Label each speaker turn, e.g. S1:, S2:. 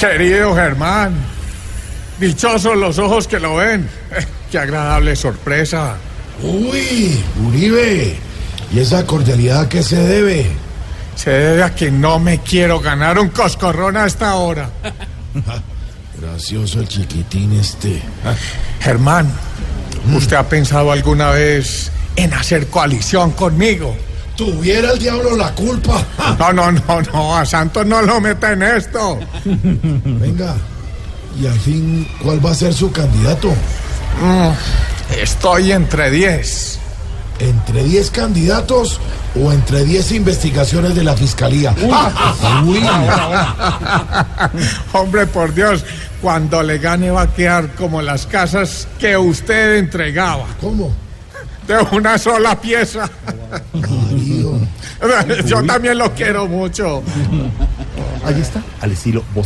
S1: Querido Germán, dichosos los ojos que lo ven. Eh, Qué agradable sorpresa.
S2: Uy, Uribe, ¿y esa cordialidad a qué se debe?
S1: Se debe a que no me quiero ganar un coscorrón a esta hora.
S2: Gracioso el chiquitín este.
S1: Germán, ¿usted ha pensado alguna vez en hacer coalición conmigo?
S2: Tuviera el diablo la culpa.
S1: No, no, no, no, a Santos no lo meta en esto.
S2: Venga, y al fin, ¿cuál va a ser su candidato?
S1: Estoy entre 10.
S2: ¿Entre 10 candidatos o entre 10 investigaciones de la fiscalía? Uy,
S1: Hombre, por Dios, cuando le gane va a quedar como las casas que usted entregaba,
S2: ¿cómo?
S1: de una sola pieza.
S2: Marido.
S1: Yo también lo quiero mucho.
S3: Al estilo vos.